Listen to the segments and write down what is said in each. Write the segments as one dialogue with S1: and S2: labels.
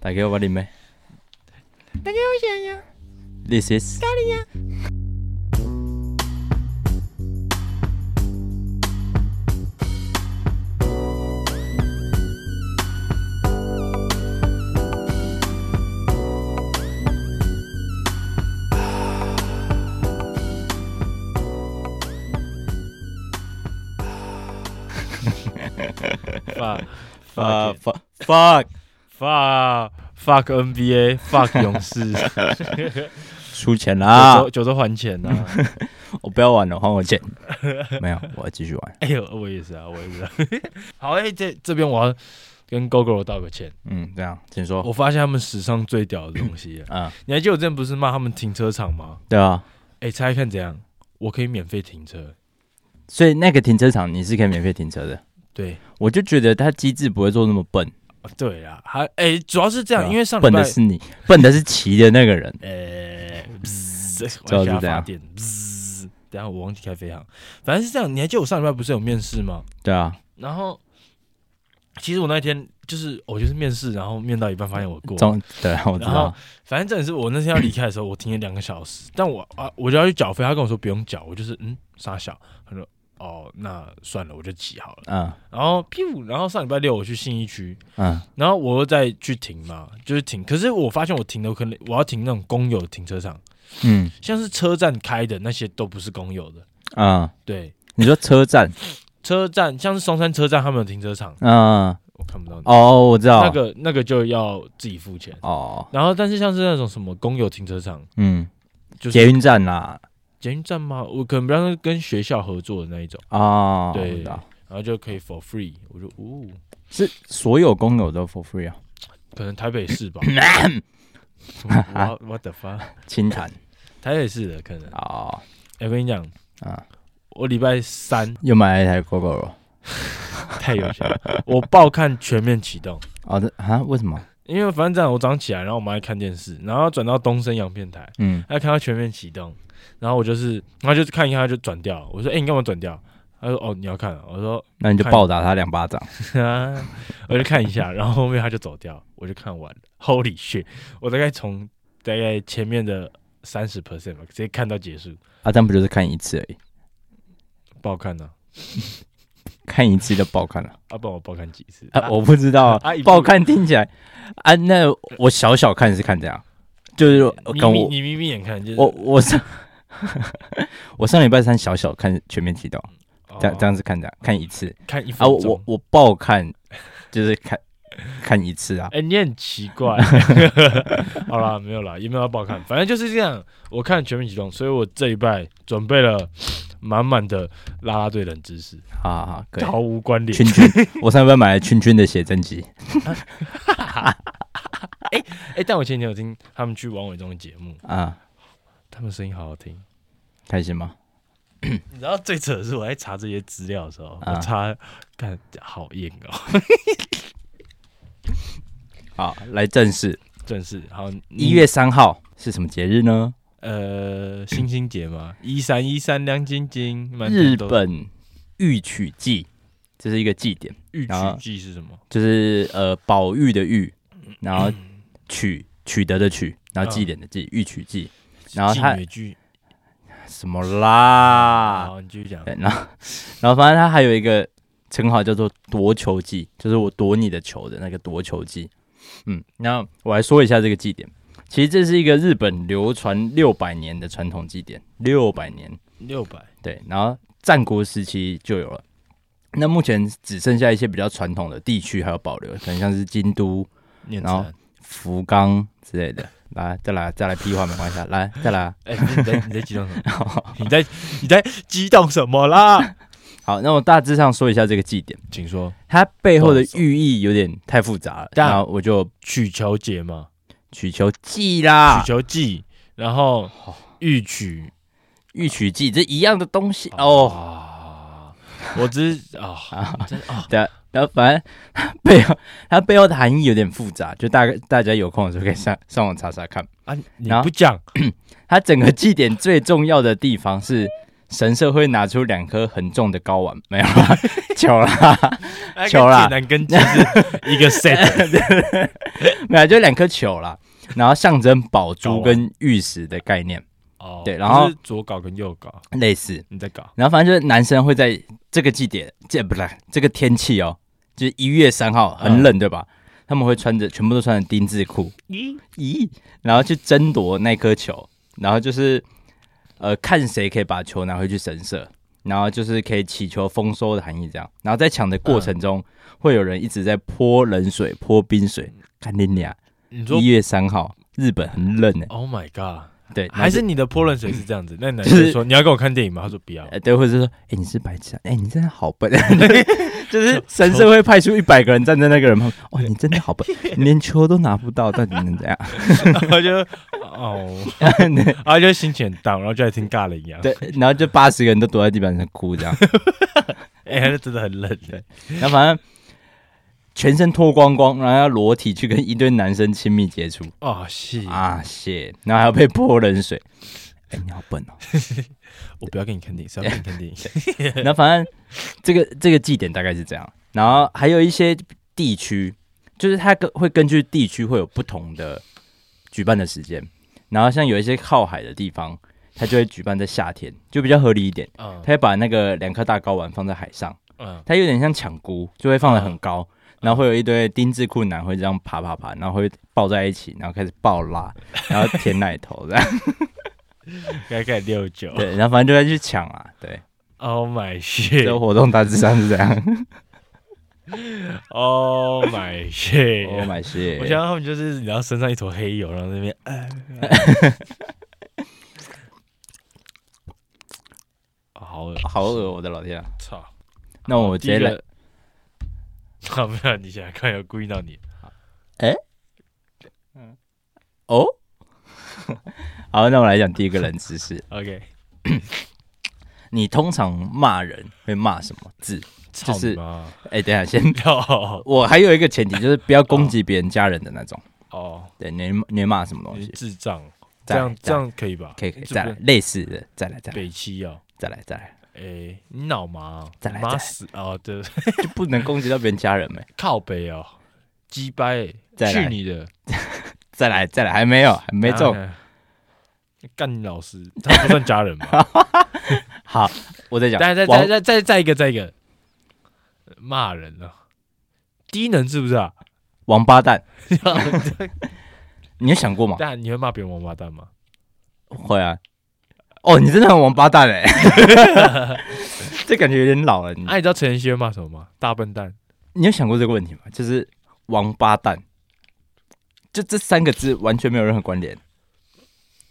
S1: 大家好，我林妹。
S2: 大家好，想呀，
S1: This is
S2: 咖喱呀。
S3: fuck
S1: fuck
S3: fuck
S1: fuck fuck
S3: fuck fuck NBA fuck 勇士，
S1: 出钱
S3: 九
S1: 啦
S3: 州！九州还钱呐、啊！
S1: 我不要玩了，还我钱。没有，我要继续玩。
S3: 哎呦，我也是啊，我也是、啊。 好，哎、这这边我要跟 GoGo 道个歉，
S1: 嗯，这样，请说。。
S3: 我发现他们史上最屌的东西了
S1: 啊，
S3: 你还记得我之前不是骂他们停车场吗？
S1: 对啊，
S3: 哎、猜猜看怎样？我可以免费停车。
S1: 所以那个停车场你是可以免费停车的。
S3: 对，
S1: 我就觉得他机制不会做那么笨，
S3: 啊对啦，还哎、主要是这
S1: 这
S3: 样，因为上礼
S1: 笨
S3: 拜
S1: 的啊是你，笨的是骑的那个人。
S3: 呃，噗
S1: 知道是
S3: 往下
S1: 这
S3: 发
S1: 样
S3: 电，噗等一下我忘记开飞航，反正是这样。你还记得我上礼拜不是有面试吗？
S1: 对啊，
S3: 然后其实我那天就是我就是面试，然后面到一半发现我过，
S1: 中对啊，我知
S3: 然后
S1: 道。
S3: 反正真的是我那天要离开的时候，我停了两个小时，但我啊我就要去缴费，他跟我说不用缴，我就是嗯傻小，他说哦那算了，我就挤好了。
S1: 嗯
S3: 然后屁股，然后上礼拜六我去信义区，
S1: 嗯
S3: 然后我又再去停嘛，就是停，可是我发现我停的可能我要停那种公有停车场，
S1: 嗯
S3: 像是车站开的那些都不是公有的，
S1: 嗯，
S3: 对。
S1: 你说车站？
S3: 车站像是松山车站，他们有停车场，
S1: 嗯
S3: 我看不到。
S1: 哦，我知道。
S3: 那个那个就要自己付钱。
S1: 哦，
S3: 然后，但是像是那种什么公有停车场，
S1: 嗯，
S3: 就是
S1: 捷运站啦。
S3: 捷运站吗？我可能比方说跟学校合作的那一种，
S1: 哦，
S3: 对
S1: 我知道
S3: 然后就可以 for free。我就哦，
S1: 是所有公有都 for free 啊。
S3: 可能台北市 吧。
S1: 嗯
S3: 我我的发，
S1: 清谈
S3: 台北市的可能。
S1: 哦，
S3: 哎我跟你讲
S1: 啊
S3: 啊，我礼拜三
S1: 又买了一台 GoGo 了。
S3: 太有钱了，我爆看全面启动。
S1: 哦，这啊，为什么？
S3: 因为反正这样，我早上起来，然后我们爱看电视，然后转到东森洋片台，
S1: 嗯，
S3: 他看到全面启动，然后我就是，然后就是看一看，他就转掉了。我说：“哎、你干嘛转掉？”他说：“哦，你要看啊。”我说：“
S1: 那你就暴打他两巴掌。
S3: 啊，我就看一下，然后后面他就走掉，我就看完了。Holy shit！我大概从大概前面的三十 percent 吧，直接看到结束，
S1: 啊，但不就是看一次而已，
S3: 不好看呢、
S1: 看一次就爆看 了
S3: 啊。不然我不好看几次
S1: 啊！我不知道啊
S3: 啊一，部
S1: 爆看听起来啊，那我小小看是看这样，就是呃
S3: 你
S1: 跟
S3: 眯
S1: 我
S3: 你眯眯眼看，就是
S1: 我我上 我上礼拜三小小看全面启动，
S3: 哦
S1: 这样这样子看这样看一次
S3: 看一分
S1: 啊，我
S3: 钟
S1: 我我爆看就是看看一次啊，
S3: 哎、你很奇怪。 好啦，没有啦，也没有要不好看，反正就是这样。我看《全面启动》，所以我这一拜准备了满满的啦啦队冷知识，
S1: 好好好，可以。
S3: 毫无关
S1: 圈
S3: 联。
S1: 圈，我上礼拜买了圈圈的写真集，
S3: 哎、但我前几天有听他们去王伟忠的节目，
S1: 啊，
S3: 他们声音好好听。
S1: 开心吗？
S3: 你知道最扯的是，我在查这些资料的时候，
S1: 啊
S3: 我查看好硬哦、
S1: 好，来正式。
S3: 真是好。你
S1: 一月三号是什么节日呢？
S3: 呃，星星节嘛，一三一三亮晶晶，满
S1: 日
S3: 天都
S1: 本玉曲祭，这是一个祭典，
S3: 玉曲
S1: 然后
S3: 记是什么？
S1: 就是呃宝玉的玉，然后取取得的取，然后祭典的祭，玉曲祭然后
S3: 妓
S1: 它
S3: 女剧
S1: 什么啦？
S3: 好，你继续讲。
S1: 啊对，然后然后反正它还有一个称号叫做夺球祭，就是我夺你的球的那个夺球祭。嗯，那我来说一下这个祭典。其实这是一个日本流传六百年的传统祭典，六百年。
S3: 六百，
S1: 对，然后战国时期就有了。那目前只剩下一些比较传统的地区还有保留，可能像是京都、
S3: 念
S1: 然后
S3: 残。
S1: 福冈之类的。来，再来，再来屁话没关系啊，来，再来啊。
S3: 哎、你在你 在激动什么？你在你在激动什么啦？
S1: 好，那我大致上说一下这个祭典，
S3: 请说，
S1: 它背后的寓意有点太复杂了，
S3: 这样
S1: 然后我就
S3: 曲球节嘛，
S1: 取求祭啦
S3: 曲，球记，然后
S1: 哦
S3: 玉曲
S1: 欲取祭，这一样的东西哦。
S3: 啊，我只 是啊，真的啊，
S1: 对，然后反正它背后它背后的含义有点复杂，就大概大家有空的时候可以上上网查查看。
S3: 啊你
S1: 然后
S3: 不讲，
S1: 它整个祭典最重要的地方是神社会拿出两颗很重的睾丸，没有 啦，球啦，球啦
S3: 跟哎铁男跟鸡是一个 set，
S1: 没有，就两颗球啦，然后象征宝
S3: 睾
S1: 珠
S3: 丸
S1: 跟玉石的概念
S3: 哦
S1: 对然后
S3: 就是左搞跟右搞，
S1: 类似。
S3: 你在搞，
S1: 然后反正就是男生会在这个季节，这不是这个天气哦，就是一月三号很冷、对吧？他们会穿着全部都穿着丁字裤，
S3: 嗯咦，
S1: 咦，然后去争夺那颗球，然后就是呃看谁可以把球拿回去神社，然后就是可以祈求丰收的含义这样。然后在抢的过程中，会有人一直在泼冷水、泼冰水。看你俩，
S3: 你说
S1: 一月三号，日本很冷呢、
S3: Oh my god，
S1: 对，然后
S3: 还
S1: 就是
S3: 你的泼冷水是这样子？那男
S1: 就
S3: 生
S1: 是
S3: 说你要跟我看电影吗？他说不要，
S1: 呃对，或者是说，哎、你是白痴、啊，哎、 你真的好笨，就是神社会派出一百个人站在那个人旁边，哇，你真的好笨，你连球都拿不到，到底能怎样？
S3: 然后就哦，然后就心情很 down，然后就在听尬了一样，
S1: 对，然后就八十个人都躲在地板上哭这样。
S3: 哎，那真的很冷的，
S1: 然后反正全身脱光光，然后要裸体去跟一堆男生亲密接触
S3: 哦，是，
S1: 啊，谢，然后还要被泼冷水，哎、你好笨哦。
S3: 我不要跟你看电影，是要跟你看电影，
S1: 然后反正这个这个祭典大概是这样，然后还有一些地区，就是它跟会根据地区会有不同的举办的时间，然后像有一些靠海的地方，它就会举办在夏天，就比较合理一点，
S3: 嗯
S1: 它会把那个两颗大睾丸放在海上。
S3: 嗯，
S1: 它有点像抢菇，就会放得很高，然后会有一堆丁字裤男会这样爬爬爬，然后会抱在一起，然后开始爆拉，然后舔奶头这样，
S3: 该盖六九
S1: 对，然后反正就在去抢啊，对，
S3: ，Oh my
S1: 这个
S3: shit，Oh
S1: 活动大致上是这样。
S3: Oh my shit，
S1: Oh my shit！
S3: 我想他们就是，然后身上一坨黑油，然后那边，呃、 啊呃好恶
S1: 好恶，我的老天啊！
S3: 操！
S1: 那我直
S3: 第一
S1: 接来
S3: 个， 好、没有，你想想看，有故意到你，
S1: 哦， 好，那我来讲第一个冷知识，
S3: OK，
S1: 你通常骂人会骂什么字？
S3: 操
S1: 是
S3: 你 妈！
S1: 哎，等一下先，
S3: 哦
S1: 我还有一个前提就是不要攻击别人家人的那种，
S3: 哦，
S1: 对，你会你会骂什么东
S3: 你
S1: 西？
S3: 智障，
S1: 再
S3: 这
S1: 来
S3: 样这
S1: 再来
S3: 样可以吧？
S1: 可以可以，
S3: 嗯你是不是
S1: 再来类似的，再来再来
S3: 北七哦，
S1: 再来再来。
S3: 哎、你脑麻，
S1: 再来
S3: 麻
S1: 再来
S3: 死哦，对，
S1: 就不能攻击到别人家人呗。
S3: 靠北哦， 鸡掰、
S1: 再来
S3: 去你的，
S1: 再来，再来，还没有，还没中。
S3: 啊，干你老师，他不算家人吧？
S1: 好，我再讲。
S3: 再再
S1: 网
S3: 再再再再一个再一个，骂人啊，低能是不是啊？
S1: 王八蛋，你有想过吗？
S3: 但你会骂别人王八蛋吗？
S1: 会啊。哦，你真的很王八蛋哎、 这感觉有点老了。你
S3: 啊，你知道陈妍希会骂什么吗？大笨蛋，
S1: 你有想过这个问题吗？就是王八蛋，就这三个字完全没有任何关联。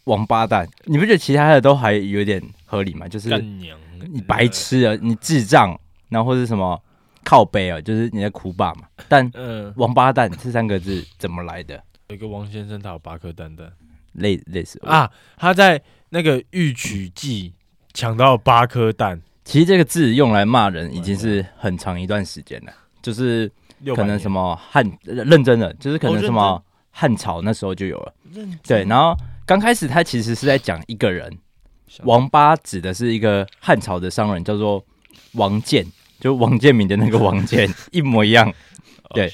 S1: 王八蛋，你不觉得其他的都还有点合理吗？就是
S3: 干娘，
S1: 你白痴啊，你智障，然后或是什么靠背啊，就是你在哭爸嘛。但
S3: 呃。嗯，
S1: 王八蛋这三个字怎么来的？
S3: 有一个王先生，他有八颗蛋蛋
S1: 类类似啊，
S3: 啊，他在那个玉曲记抢到了八颗蛋，
S1: 其实这个字用来骂人已经是很长一段时间了，就是可能什
S3: 么
S1: 么汉呃认真的，就是可能什
S3: 哦
S1: 么汉朝那时候就有了。对，
S3: 嗯
S1: 然后刚开始他其实是在讲一个人，王八指的是一个汉朝的商人，叫做王建，就王建民的那个王建 一模一样。对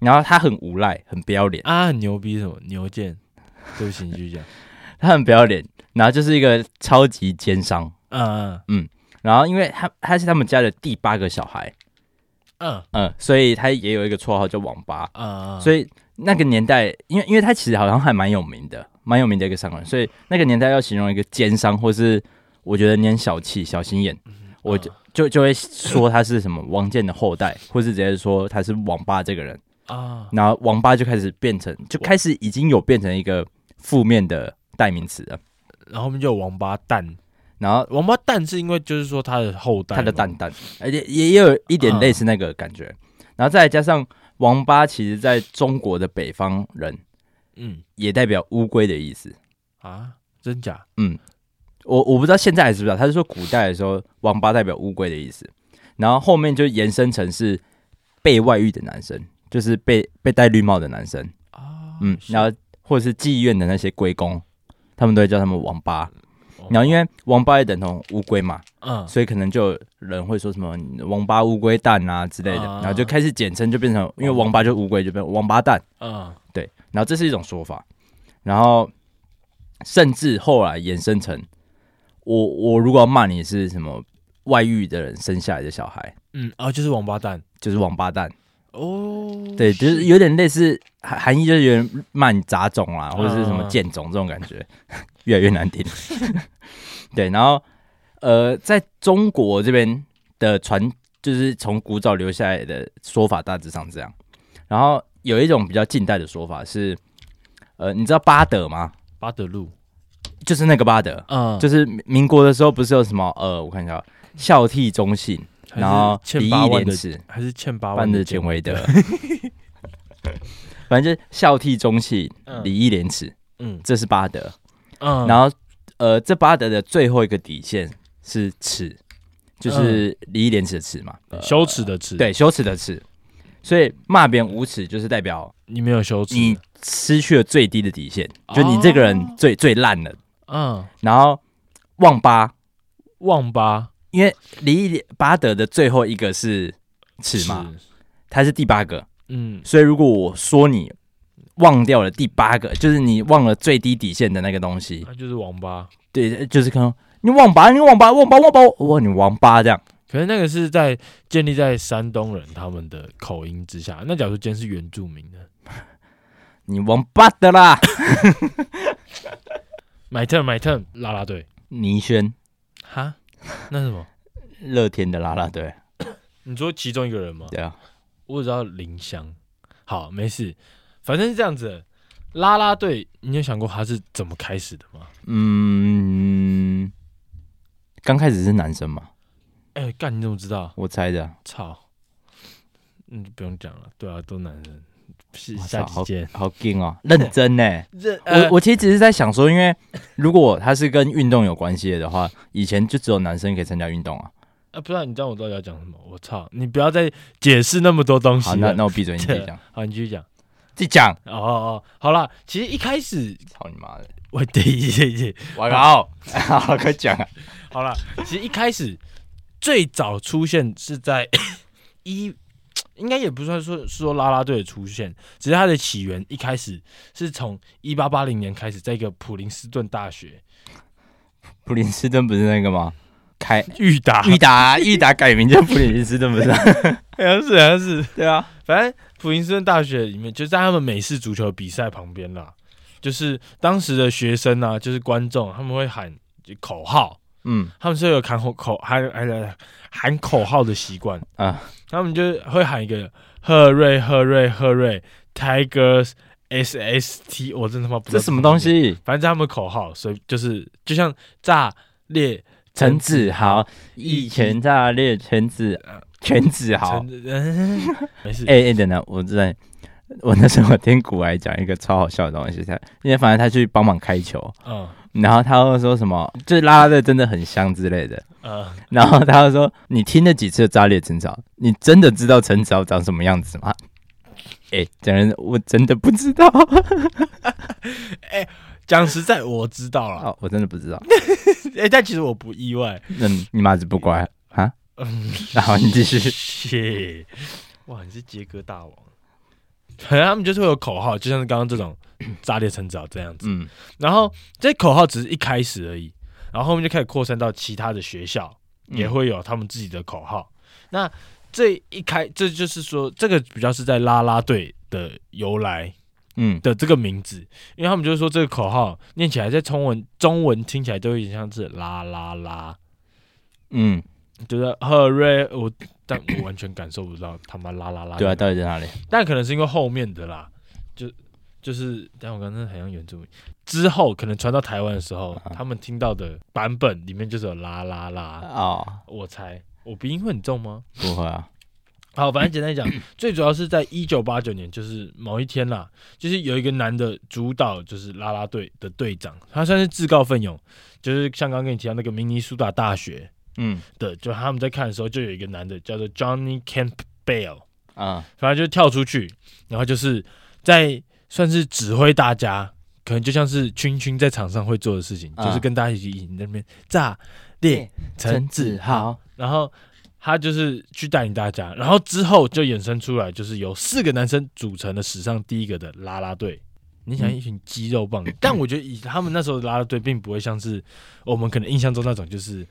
S1: 然后他很无赖，很不要脸，
S3: 啊，很牛逼什么牛剑，对不起，你继续讲，
S1: 他很不要脸，然后就是一个超级奸商。
S3: 嗯
S1: 然后因为他他是他们家的第八个小孩，
S3: 嗯
S1: 嗯，所以他也有一个绰号叫网吧。
S3: 嗯，
S1: 所
S3: 以
S1: 以那个年代，因为因为他其实好像还蛮有名的，蛮有名的一个商人，所以那个年代要形容一个奸商，或是我觉得你很小气、小心眼，我就就就会说他是什么王建的后代， 或是直接说他是王八这个人。
S3: 啊，
S1: 然后王八就开始变成，就开始已经有变成一个负面的代名词了。
S3: 然后后面就有王八蛋，
S1: 然后
S3: 王八蛋是因为就是说它的后代
S1: 它
S3: 嘛，
S1: 的蛋蛋，而且也也有一点类似那个感觉。然后再加上王八，其实在中国的北方人
S3: 嗯
S1: 也代表乌龟的意思。
S3: 啊，真假？
S1: 我我不知道现在还是不知道，他是说古代的时候，王八代表乌龟的意思，然后后面就延伸成是被外遇的男生，就是被被戴绿帽的男生，嗯
S3: 啊
S1: 嗯，然后或者是妓院的那些龟公，他们都会叫他们王八，然后因为王八也等同乌龟嘛，
S3: 嗯，
S1: 所以可能就有人会说什么王八乌龟蛋啊之类的，
S3: 啊
S1: 然后就开始简称，就变成因为王八就乌龟，就变成王八蛋。
S3: 嗯
S1: 对，然后这是一种说法，然后甚至后来衍生成我我如果要骂你是什么外遇的人生下来的小孩，
S3: 嗯，啊，就是王八蛋
S1: 就是王八蛋。
S3: 哦，
S1: 对，就是有点类似含含义，就是有点骂你杂种啦，或者是什么
S3: 啊
S1: 贱种这种感觉， 越来越难听。对，然后呃，在中国这边的传，就是从古早留下来的说法，大致上这样。然后有一种比较近代的说法是，呃，你知道巴德吗？
S3: 巴德路，
S1: 就是那个巴德，
S3: 嗯，
S1: 就是民国的时候不是有什么呃，我看一下，孝悌忠信，
S3: 还是
S1: 然后
S3: 欠
S1: 礼
S3: 八
S1: 义
S3: 万
S1: 廉
S3: 的，
S1: 耻，
S3: 还是欠八
S1: 班
S3: 万
S1: 的
S3: 钱
S1: 钱，维德， 反正就是孝悌忠信、
S3: 嗯
S1: 礼义廉耻，
S3: 嗯
S1: 这是八德。
S3: 嗯，
S1: 然后呃，这八德的最后一个底线是耻，就是
S3: 嗯
S1: 礼义廉耻的耻嘛，呃
S3: 羞耻的耻，，
S1: 对，羞耻的耻。所以骂别人无耻，就是代表
S3: 你没有羞耻，哦
S1: 你失去了最低的底线，就你这个人最最烂了。
S3: 嗯，
S1: 然后忘八，
S3: 忘八
S1: 因为礼义廉八德的最后一个是耻嘛，，它是第八个。
S3: 嗯，
S1: 所以如果我说你忘掉了第八个，就是你忘了最低底线的那个东西，
S3: 那就是王八。
S1: 对，就是看到你忘吧，你忘吧，忘吧，忘吧，哇，你王八这样，
S3: 可是那个是在建立在山东人他们的口音之下。那假如今天是原住民呢？
S1: 你王八的啦。
S3: 买 turn 买 turn 啦啦队，
S1: 倪轩，
S3: 哈，那是什么？
S1: 乐天的啦啦队，
S3: 你说其中一个人吗？
S1: 对啊，
S3: 我只知道林香。好，没事，反正是这样子。啦啦队，你有想过他是怎么开始的吗？
S1: 嗯，刚开始是男生嘛，
S3: 哎、干，你怎么知道？
S1: 我猜的啊，
S3: 操，嗯，不用讲了，对啊，都男人。是
S1: 哇
S3: 下
S1: 操
S3: 期见。呃
S1: 好劲哦，认真呢。
S3: 这
S1: 我我其实只是在想说，因为如果他是跟运动有关系的话，以前就只有男生可以参加运动啊。
S3: 啊，不知道你知道我到底要讲什么？我操，你不要再解释那么多东西
S1: 好，那
S3: 了。
S1: 那我闭嘴，你自己讲，
S3: 好，你继续讲。
S1: 自己讲，
S3: 哦哦，哦，好啦，其实一开始
S1: 操你妈的！
S3: 我对对对，
S1: 我靠！好， 快讲啊！
S3: 好啦，其实一开始最早出现是在 一，应该也不算说是说啦啦队的出现，只是它的起源一开始是从一八八零年开始，在一个普林斯顿大学
S1: 普林斯顿不是那个吗？ 开
S3: 裕达
S1: 裕达，裕达改名叫普林斯顿不是？
S3: 好像哎是好像是，
S1: 对啊，
S3: 反正普林斯顿大学里面，就在他们美式足球比赛旁边啦，就是当时的学生啊，就是观众，他们会喊口号。
S1: 嗯
S3: 他们是有喊口口喊喊喊口号的习惯
S1: 啊
S3: 啊，他们就会喊一个赫瑞赫瑞赫瑞 Tigers S S T，我真他妈不知
S1: 这
S3: 道
S1: 什么东
S3: 念，
S1: 西？
S3: 反正是他们口号，所以就是就像炸裂
S1: 陈子豪，一拳炸裂陈子， 全子豪。
S3: 陈嗯， 没事，
S1: 哎哎，等等，我知道，我那时候我听古来讲一个超好笑的东西，他因为反正他去帮忙开球，
S3: 嗯
S1: 然后他会说什么，就是拉拉队真的很香之类的，
S3: 呃，
S1: 然后他会说，你听了几次的炸裂陈子豪，你真的知道陈子豪长什么样子吗？ 哎，讲真的，我真的不知道。
S3: 讲实在我知道 了，
S1: 哦，我真的不知道。
S3: 哎，但其实我不意外，
S1: 那你妈子不乖啊？
S3: 嗯，
S1: 然后你继 续。
S3: 谢，哇，你是杰哥大王，反正他们就是会有口号，就像是刚刚这种炸裂成长这样子。
S1: 嗯
S3: 然后这口号只是一开始而已，然后后面就开始扩散到其他的学校，
S1: 嗯
S3: 也会有他们自己的口号。那这一开，这就是说，这个比较是在啦啦队的由来
S1: 嗯
S3: 的这个名字，因为他们就是说这个口号念起来在中文中文听起来都有点像是啦啦啦，
S1: 嗯，
S3: 就是赫瑞，我但我完全感受不到他妈啦啦啦。
S1: 对啊，，到底在哪里？
S3: 但可能是因为后面的啦，就就是，但我刚刚好像原住民之后，可能传到台湾的时候，
S1: 啊
S3: 他们听到的版本里面就是有啦啦啦，
S1: 哦，
S3: 我猜我鼻音会很重吗？
S1: 不会啊。
S3: 好，反正简单讲，最主要是在一九八九年，就是某一天啦，就是有一个男的主导，就是啦啦队的队长，他算是自告奋勇，就是像刚刚跟你提到那个明尼苏达大学
S1: 嗯
S3: 的，就他们在看的时候，就有一个男的叫做 Johnny Campbell，
S1: 啊
S3: 反正就跳出去，然后就是在算是指挥大家可能就像是君君在场上会做的事情，
S1: 啊
S3: 就是跟大家一起赢在那边炸嗯裂陈子豪，
S1: 豪，
S3: 然后他就是去带领大家，然后之后就衍生出来，就是由四个男生组成了史上第一个的啦啦队。你想
S1: 嗯
S3: 一群肌肉棒，嗯但我觉得以他们那时候的啦啦队，并不会像是我们可能印象中那种就是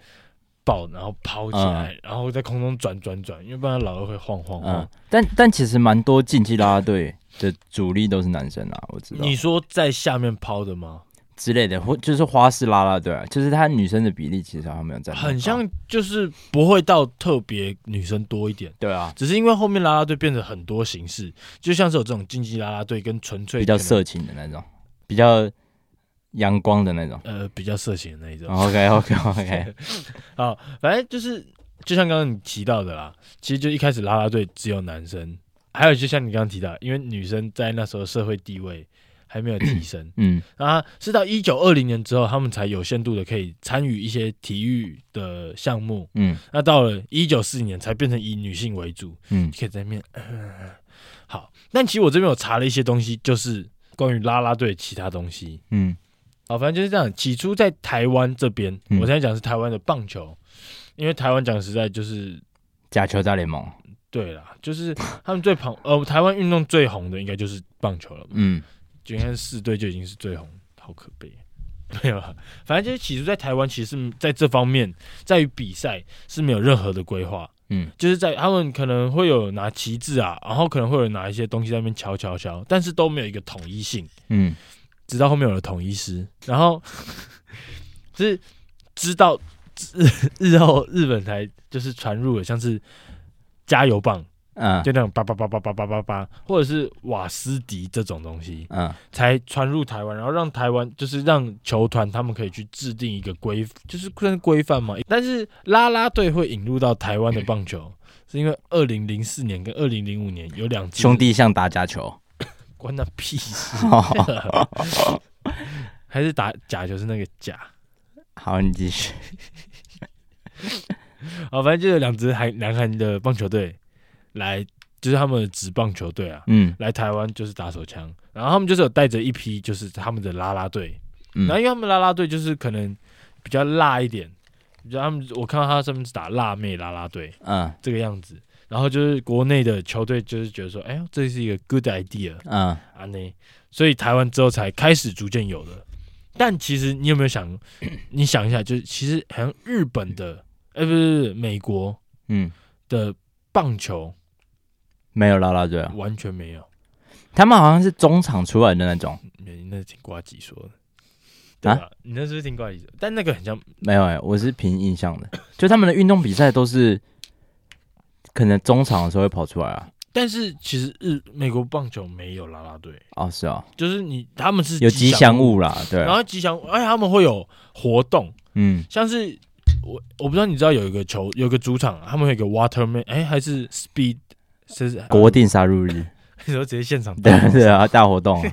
S3: 抱然后抛起来，然后在空中转转转，因为不然老二会晃晃晃。
S1: 嗯，但但其实蛮多竞技啦啦队的主力都是男生啊，我知道
S3: 你说在下面抛的吗？
S1: 之类的，或就是花式啦啦队啊，就是他女生的比例其实好像没有占，
S3: 很像，就是不会到特别女生多一点，
S1: 对啊，
S3: 只是因为后面啦啦队变成很多形式，就像是有这种竞技啦啦队跟纯粹
S1: 比较
S3: 可能
S1: 色情的那种，比较阳光的那种。
S3: 呃比较色情的那一种。
S1: OK OK OK，，
S3: 好，反正就是就像刚刚你提到的啦，其实就一开始啦啦队只有男生，还有就像你刚刚提到，因为女生在那时候社会地位还没有提升
S1: 嗯
S3: 啊，是到一九二零年之后，他们才有限度的可以参与一些体育的项目。
S1: 嗯
S3: 那到了一九四零年，才变成以女性为主，
S1: 嗯
S3: 可以在面、好，但其实我这边有查了一些东西，就是关于啦啦队其他东西。
S1: 嗯
S3: 好，反正就是这样。起初在台湾这边，
S1: 嗯
S3: 我现在讲的是台湾的棒球，因为台湾讲实在就是
S1: 假球大联盟，
S3: 对啦，就是他们最捧呃，台湾运动最红的应该就是棒球了嘛。
S1: 嗯
S3: 就你看四队就已经是最红，好可悲。没有啦，反正就是起初在台湾，其实是在这方面，在于比赛是没有任何的规划，
S1: 嗯
S3: 就是在他们可能会有拿旗帜啊，然后可能会有拿一些东西在那边敲敲敲，但是都没有一个统一性。
S1: 嗯
S3: 直到后面有了统一师，然后 就是知道日日后日本才就是传入了像是加油棒，
S1: 嗯
S3: 就那种叭叭叭叭叭叭叭叭，或者是瓦斯迪这种东西，
S1: 嗯
S3: 才传入台湾，然后让台湾就是让球团他们可以去制定一个规，就是算是规范嘛。但是啦啦队会引入到台湾的棒球， 是因为二零零四年跟二零零五年有两支
S1: 兄弟像打假球，
S3: 关他屁事，
S1: 好，
S3: 还是打假球是那个假。
S1: 好，你继续，
S3: 啊，反正就有两支韩南韩的棒球队来，就是他们的职棒球队啊，
S1: 嗯
S3: 来台湾就是打手枪，然后他们就是有带着一批就是他们的啦啦队，
S1: 嗯
S3: 然后因为他们啦啦队就是可能比较辣一点，比较他们我看到他上面是打辣妹啦啦队
S1: 嗯
S3: 这个样子，然后就是国内的球队就是觉得说，哎呦，这是一个 good idea
S1: 嗯
S3: 啊呢，所以台湾之后才开始逐渐有的。但其实你有没 有想，你想一下，就是其实好像日本的，哎、不是不是美国，
S1: 嗯，
S3: 的棒球
S1: 没有啦啦队啊，
S3: 完全没有，
S1: 他们好像是中场出来的那种，
S3: 你那是听瓜吉说的，
S1: 啊
S3: 对吧？你那是不是听瓜吉说的？但那个很像，
S1: 没有哎、我是凭印象的，就他们的运动比赛都是可能中场的时候会跑出来啊，
S3: 但是其实日美国棒球没有啦啦队，
S1: 哦是哦，
S3: 就是你他们是
S1: 有吉祥，物啦，对啊
S3: 然，后吉祥物，哎，他们会有活动，
S1: 嗯
S3: 像是我我不知道你知道有一个球，有一个主场，他们有一个 Waterman，哎，还是 Speed，是啊
S1: 国定杀入日，
S3: 你说直接现场打
S1: 对对啊，大活动啊，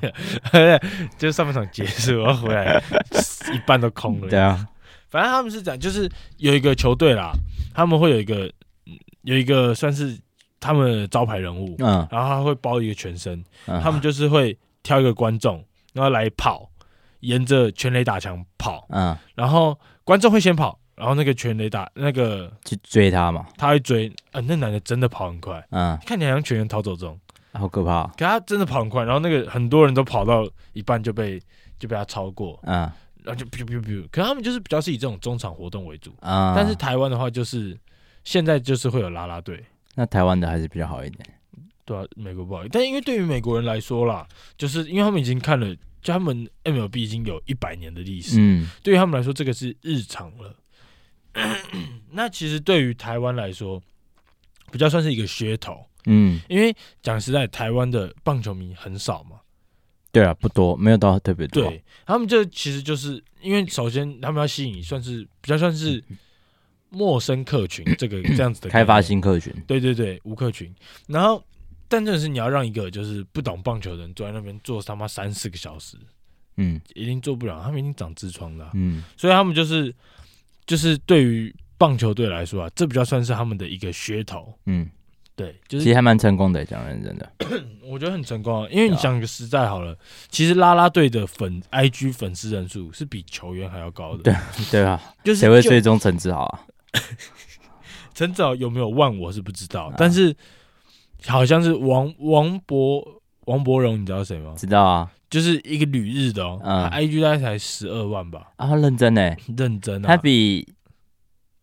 S3: 就是上半场结束，然后回来 一半都空了，
S1: 对啊，
S3: 反正他们是讲，就是有一个球队啦，他们会有一个嗯有一个算是他们的招牌人物，
S1: 嗯
S3: 然后他会包一个全身，
S1: 嗯，
S3: 他们就是会挑一个观众，然后来跑，沿着全垒打墙跑，
S1: 嗯
S3: 然后观众会先跑，然后那个全垒打那个
S1: 去追他嘛，
S3: 他会追，啊，那男的真的跑很快，
S1: 嗯，
S3: 看起来像全员逃走中，
S1: 好可怕哦，
S3: 可他真的跑很快，然后那个很多人都跑到一半就被就被他超过，
S1: 嗯
S3: 然后就 biu biu biu，可他们就是比较是以这种中场活动为主。
S1: 嗯，
S3: 但是台湾的话，就是现在就是会有啦啦队，
S1: 那台湾的还是比较好一点，
S3: 对啊，美国不好意思，但因为对于美国人来说啦，就是因为他们已经看了，就他们 MLB 已经有一百年的历史，
S1: 嗯
S3: 对于他们来说，这个是日常了。 那其实对于台湾来说，比较算是一个噱头，
S1: 嗯，
S3: 因为讲实在，台湾的棒球迷很少嘛，
S1: 对啊，不多，没有到特别多，
S3: 对他们这其实就是因为首先他们要吸引算是比较算是陌生客群这个这样子的
S1: 开
S3: 概
S1: 发
S3: 念
S1: 新客群，
S3: 对对对，吴克群。然后，但真的是你要让一个就是不懂棒球的人坐在那边坐他妈三四个小时，
S1: 嗯
S3: 一定做不了，他们一定长痔疮的啊、
S1: 嗯
S3: 所以他们就是就是对于棒球队来说啊，这比较算是他们的一个噱头。
S1: 嗯
S3: 对，就
S1: 其
S3: 是
S1: 实还蛮成功的，讲认真的。
S3: 我觉得很成功啊，因为你
S1: 对啊
S3: 讲个实在好了，其实啦啦队的粉 IG 粉丝人数是比球员还要高的，
S1: 对对啊，
S3: 就是
S1: 谁会
S3: 就
S1: 最终陈志豪啊？
S3: 陈子豪有没有万我是不知
S1: 啊
S3: 道，但是好像是王王博王博荣，你知道谁吗？
S1: 知道啊
S3: 就是一个旅日的哦、
S1: 嗯
S3: 他 IG 大概才十二万吧，
S1: 啊，认真呢，
S3: 认真啊。
S1: 他比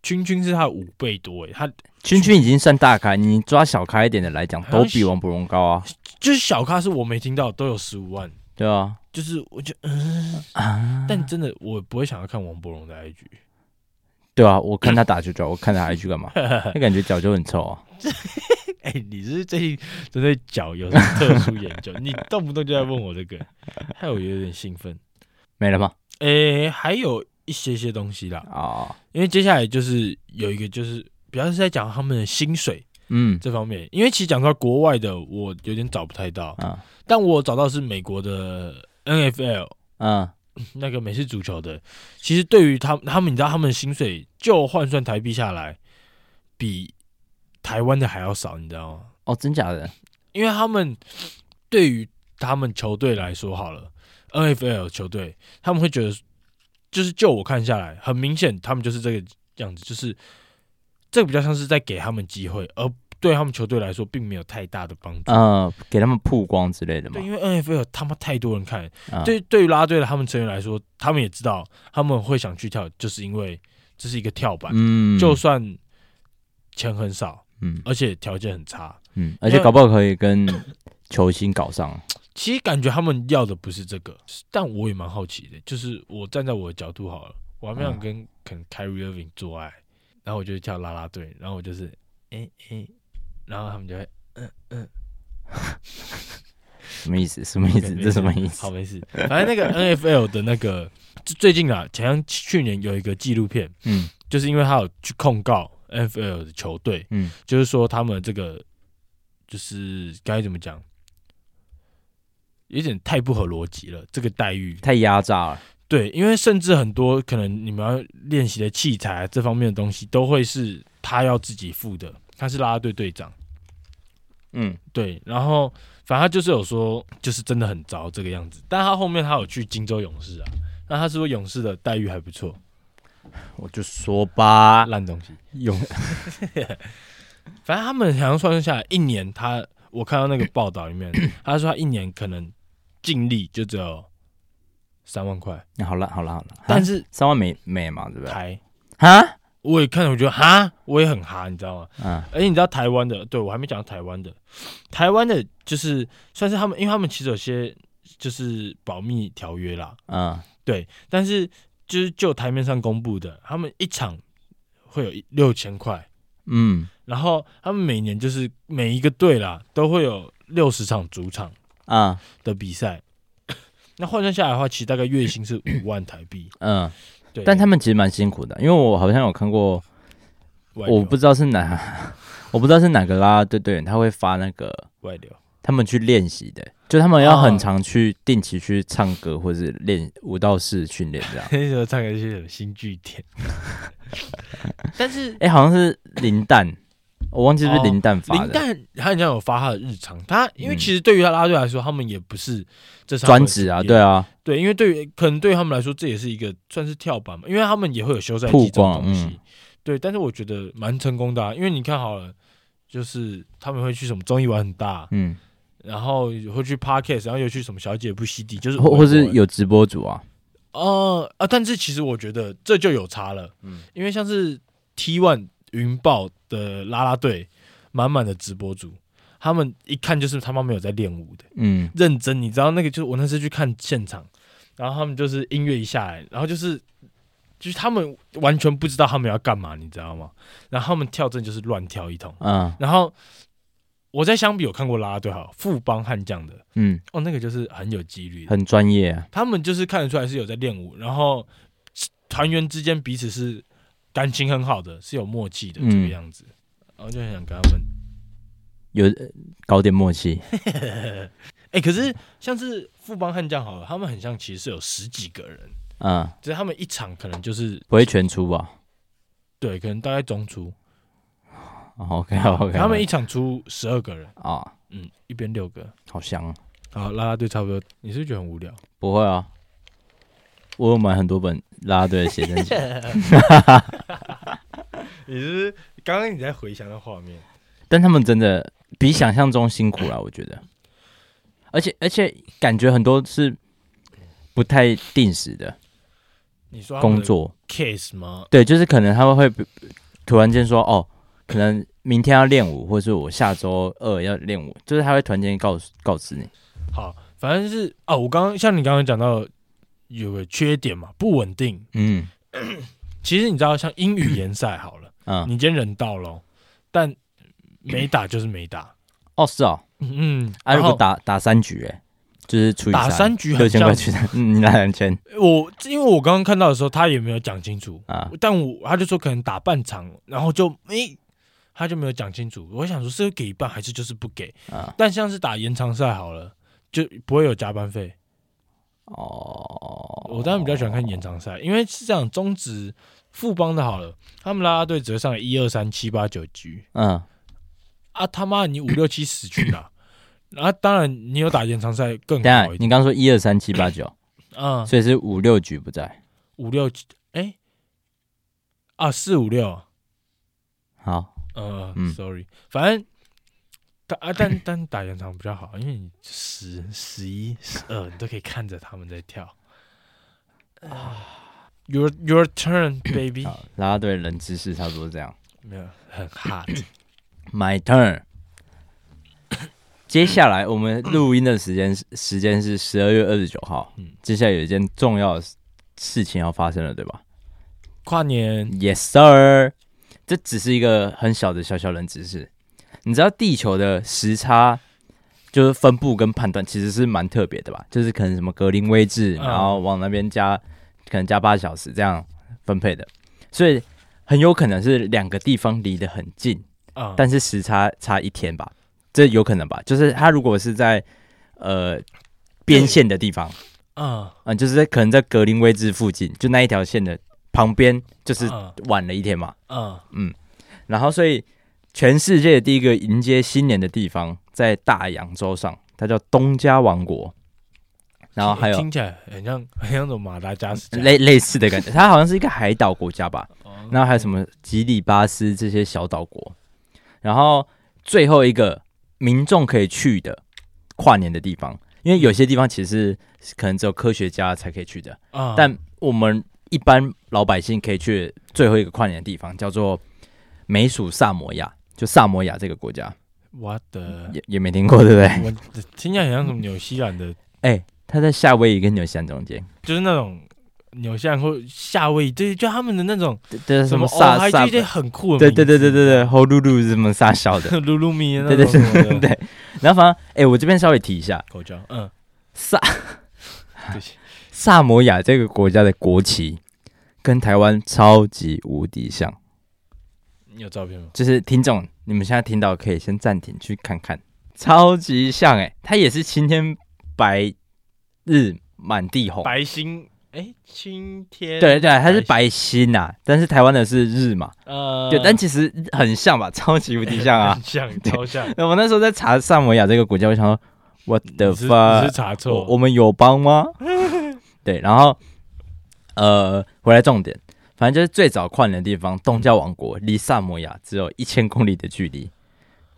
S3: 君君是他的五倍多诶，他
S1: 君君已经算大咖，你抓小咖一点的来讲，
S3: 好
S1: 都
S3: 像
S1: 比
S3: 啊是
S1: 王博荣高啊。
S3: 就是小咖是我没听到都有十五万，
S1: 对啊，
S3: 就是我就嗯，但真的我不会想要看王博荣的 IG，
S1: 对啊，我看他打球就好，我看他 IG 干嘛？那感觉脚就很臭啊。
S3: 哎、你是不是最近针对脚有什么特殊研究？你动不动就在问我这 个，害我有点兴奋。
S1: 没了吗？
S3: 哎、还有一些些东西啦，
S1: 哦，
S3: 因为接下来就是有一个就是比较是在讲他们的薪水
S1: 嗯
S3: 这方面，因为其实讲到国外的，我有点找不太到，
S1: 嗯
S3: 但我找到是美国的 NFL
S1: 嗯，
S3: 那个美式足球的，其实对于他们他们，你知道他们的薪水就换算台币下来，比台湾的还要少，你知道吗？
S1: 哦，真假的？
S3: 因为他们对于他们球队来说，好了，NFL 球队他们会觉得，就是就我看下来，很明显他们就是这个样子，就是这个比较像是在给他们机会，而对他们球队来说并没有太大的帮助。
S1: 嗯，给他们曝光之类的嘛
S3: 对，。因为 NFL 他妈太多人看，
S1: 嗯
S3: 对，对于拉队的他们成员来说，他们也知道他们会想去跳，就是因为这是一个跳板，
S1: 嗯，
S3: 就呃算钱很少，
S1: 嗯
S3: 而且条件很差，
S1: 嗯，而且搞不好可以跟球星搞上。
S3: 其实感觉他们要的不是这个。但我也蛮好奇的，就是我站在我的角度好了，我还没想
S1: 嗯
S3: 跟可能 Kyrie Irving 做爱，然后我就跳啦啦队，然后我就是哎哎、然后他们就会
S1: 什么意思？什么 意思？
S3: OK，没
S1: 这什
S3: 事
S1: 么意思
S3: 好？没事，反正那个 NFL 的那个最近啊，好像去年有一个纪录片。
S1: 嗯
S3: 就是因为他有去控告 NFL 的球队，
S1: 嗯，
S3: 就是说他们这个就是该怎么讲，有点太不合逻辑了。这个待遇，
S1: 太压榨了。
S3: 对，因为甚至很多可能你们要练习的器材、啊、这方面的东西，都会是他要自己付的。他是啦啦队队长，
S1: 嗯
S3: 对，然后反正他就是有说，就是真的很糟这个样子。但他后面他有去荆州勇士啊，那他是说勇士的待遇还不错，，
S1: 我就说吧，
S3: 烂东西。
S1: 啊有
S3: 反正他们好像算下来一年他，我看到那个报道里 面，他说他一年可能净利就只有三万块，
S1: 好了好了好了，
S3: 但
S1: 哈
S3: 是
S1: 三万美美嘛，对不对？啊
S3: 台
S1: 哈，
S3: 我也看了，我觉得哈，我也很哈，你知道吗？
S1: 嗯
S3: 而且你知道台湾的，对我还没讲到台湾的，台湾的就是算是他们，因为他们其实有些就是保密条约啦，
S1: 嗯，
S3: 对，但是就是就台面上公布的，他们一场会有六千块，
S1: 嗯
S3: 然后他们每年就是每一个队啦，都会有六十场主场
S1: 啊
S3: 的比赛。 那换算下来的话，其实大概月 薪是五万台币。
S1: 嗯，
S3: 对，
S1: 但他们其实蛮辛苦的，因为我好像有看过，
S3: 外流
S1: 我不知道是哪， 我不知道是哪个啦啦队队员，他会发那个
S3: 外流，
S1: 他们去练习的，就他们要
S3: 哦。
S1: 很常去定期去唱歌或是练舞蹈室训练这样
S3: 那时候唱歌就是有新据点。 但是
S1: 哎，好像是林丹，我忘记是不是
S3: 哦
S1: 林丹发
S3: 林
S1: 的，
S3: 丹他好像有发他的日常，他因为
S1: 嗯
S3: 其实对于他拉队来说，他们也不是这是他们
S1: 专
S3: 的
S1: 职啊，
S3: 职业
S1: 对啊，
S3: 对，因为对于可能对于他们来说，这也是一个算是跳板嘛，因为他们也会有休赛
S1: 曝
S3: 季这种
S1: 光
S3: 东西。
S1: 嗯
S3: 对，但是我觉得蛮成功的、啊，因为你看好了，就是他们会去什么综艺玩很大，
S1: 嗯，
S3: 然后会去 podcast，然后又去什么小姐不吸地，就是
S1: 或
S3: 微
S1: 或
S3: 博
S1: 是有直播主啊，
S3: 哦啊，但是其实我觉得这就有差了，
S1: 嗯
S3: 因为像是 T One 云豹的啦啦队，满满的直播主，他们一看就是他妈没有在练舞的。
S1: 嗯
S3: 认真，你知道那个就是我那次去看现场，然后他们就是音乐一下来，然后就是就是他们完全不知道他们要干嘛，你知道吗？然后他们跳真的就是乱跳一通。
S1: 嗯
S3: 然后我在相比有看过啦啦队哈，富邦悍将的
S1: 嗯，
S3: 哦，那个就是很有纪律的，
S1: 很专业啊。
S3: 他们就是看得出来是有在练舞，然后团员之间彼此是感情很好的，是有默契的
S1: 嗯
S3: 这个样子。然后就很想跟他们
S1: 有呃搞点默契，
S3: 哎、可是像是富邦悍将好了，他们很像其实是有十几个人。
S1: 嗯，
S3: 只是他们一场可能就是
S1: 不会全出吧？
S3: 对，可能大概中出，
S1: 哦 OK OK，
S3: 哦他们一场出十二个人，
S1: 啊，
S3: 嗯，一边六个。
S1: 好香、啊，
S3: 好，啦啦队差不多。你是不是觉得很无聊？
S1: 不会啊，我有买很多本啦啦队的写真集，
S3: 你是不是刚刚你在回想那画面？
S1: 但他们真的比想象中辛苦了，我觉得，而且而且感觉很多是不太定时的
S3: 你说他们
S1: 工
S3: 的
S1: 作，
S3: case 吗？
S1: 对，就是可能他们会突然间说，哦，可能明天要练舞，或是我下周二要练舞，就是他会突然间告诉告知你，
S3: 好，反正是哦，我刚刚像你刚刚讲到有个缺点嘛，不稳定。
S1: 嗯
S3: 其实你知道，像英语联赛好了，
S1: 嗯，
S3: 你今天人到了，但没打就是没打。
S1: 哦是哦，
S3: 嗯，
S1: 啊
S3: 然
S1: 如果
S3: 后
S1: 打打三局、欸，就是除以
S3: 打三局
S1: 六
S3: 很
S1: 千
S3: 像
S1: 块，去， 嗯，你拿两千
S3: 我因为我刚刚看到的时候，他也没有讲清楚，
S1: 啊，
S3: 但我他就说可能打半场，然后就诶、他就没有讲清楚。我想说是给一半还是就是不给？
S1: 啊
S3: 但像是打延长赛好了，就不会有加班费。
S1: 哦，
S3: 我当然比较喜欢看延长赛，因为是这样，中职富邦的好了，他们啦啦队只会上一二三七八九局
S1: 嗯，
S3: 啊，他妈你五六七十局啦。 啊，当然你有打延长赛更
S1: 等一
S3: 好
S1: 下
S3: 一点，
S1: 你刚说一二三七八九，
S3: 嗯，
S1: 所以是五六局不在，
S3: 五六七哎啊四五六，
S1: 好，
S3: 呃
S1: 嗯
S3: ，sorry，反正打啊，但但打延长比较好，因为你十、十一、十二，你都可以看着他们在跳。Your 啊 your turn, baby
S1: 好，啦啦队冷知识差不多这样。
S3: 没有很 hot，
S1: My turn 。接下来我们录音的时间是时间是十二月二十九号。
S3: 嗯
S1: 接下来有一件重要的事事情要发生了，对吧
S3: 跨年
S1: ？Yes, sir。这只是一个很小的小小冷知识。你知道地球的时差就是分布跟判断其实是蛮特别的吧？就是可能什么格林威治，
S3: 嗯
S1: 然后往那边加，可能加八小时这样分配的，所以很有可能是两个地方离得很近，
S3: 啊，
S1: 但是时差差一天吧，这有可能吧？就是他如果是在呃边线的地方，
S3: 嗯
S1: 嗯、就是在可能在格林威治附近，就那一条线的旁边，就是
S3: 嗯
S1: 晚了一天嘛。
S3: 嗯
S1: 然后，所以全世界第一个迎接新年的地方在大洋洲上，它叫东加王国。然后还有
S3: 听起来很像很像那种马达加斯加，
S1: 类类似的感觉，它好像是一个海岛国家吧。
S3: 哦
S1: 然后还有什么吉里巴斯这些小岛国，然后最后一个民众可以去的跨年的地方，因为有些地方其实是可能只有科学家才可以去的，
S3: 啊
S1: 但我们一般老百姓可以去的最后一个跨年的地方叫做美属萨摩亚，就萨摩亚这个国家
S3: 我 的
S1: 也也没听过，对不对？
S3: 我的听起来很像什么纽西兰的，
S1: 哎，它在夏威夷跟纽西兰中间，
S3: 就是那种纽西兰或夏威夷，对，就他们的那种
S1: 这这是什么
S3: 哦
S1: 萨
S3: 还
S1: 萨
S3: 就一，些很酷的，
S1: 对对对对对对，，红露露是什么萨小 的，
S3: 露露米那
S1: 对对
S3: 种什么的
S1: 对。然后反正哎，我这边稍微提一下，
S3: 口交， 嗯，
S1: 萨
S3: 对不起，
S1: 萨摩亚这个国家的国旗跟台湾超级无敌像，
S3: 你有照片吗？
S1: 就是听众你们现在听到可以先暂停去看看，超级像哎、它也是青天白日满地红，
S3: 白星，哎，青天，
S1: 哦对对，它是，白星呐、但是台湾的是日嘛，
S3: 呃，
S1: 对，但其实很像吧，超级无敌像啊
S3: 很！像，超像，
S1: 那我那时候在查萨摩亚这个国家，我想说，what
S3: 你
S1: the
S3: 是你
S1: fuck？
S3: 是查
S1: 我我
S3: 错，
S1: 们有帮吗？对，然后呃，回来重点，反正就是最早跨年的地方，东加王国离萨摩亚只有一千公里的距离。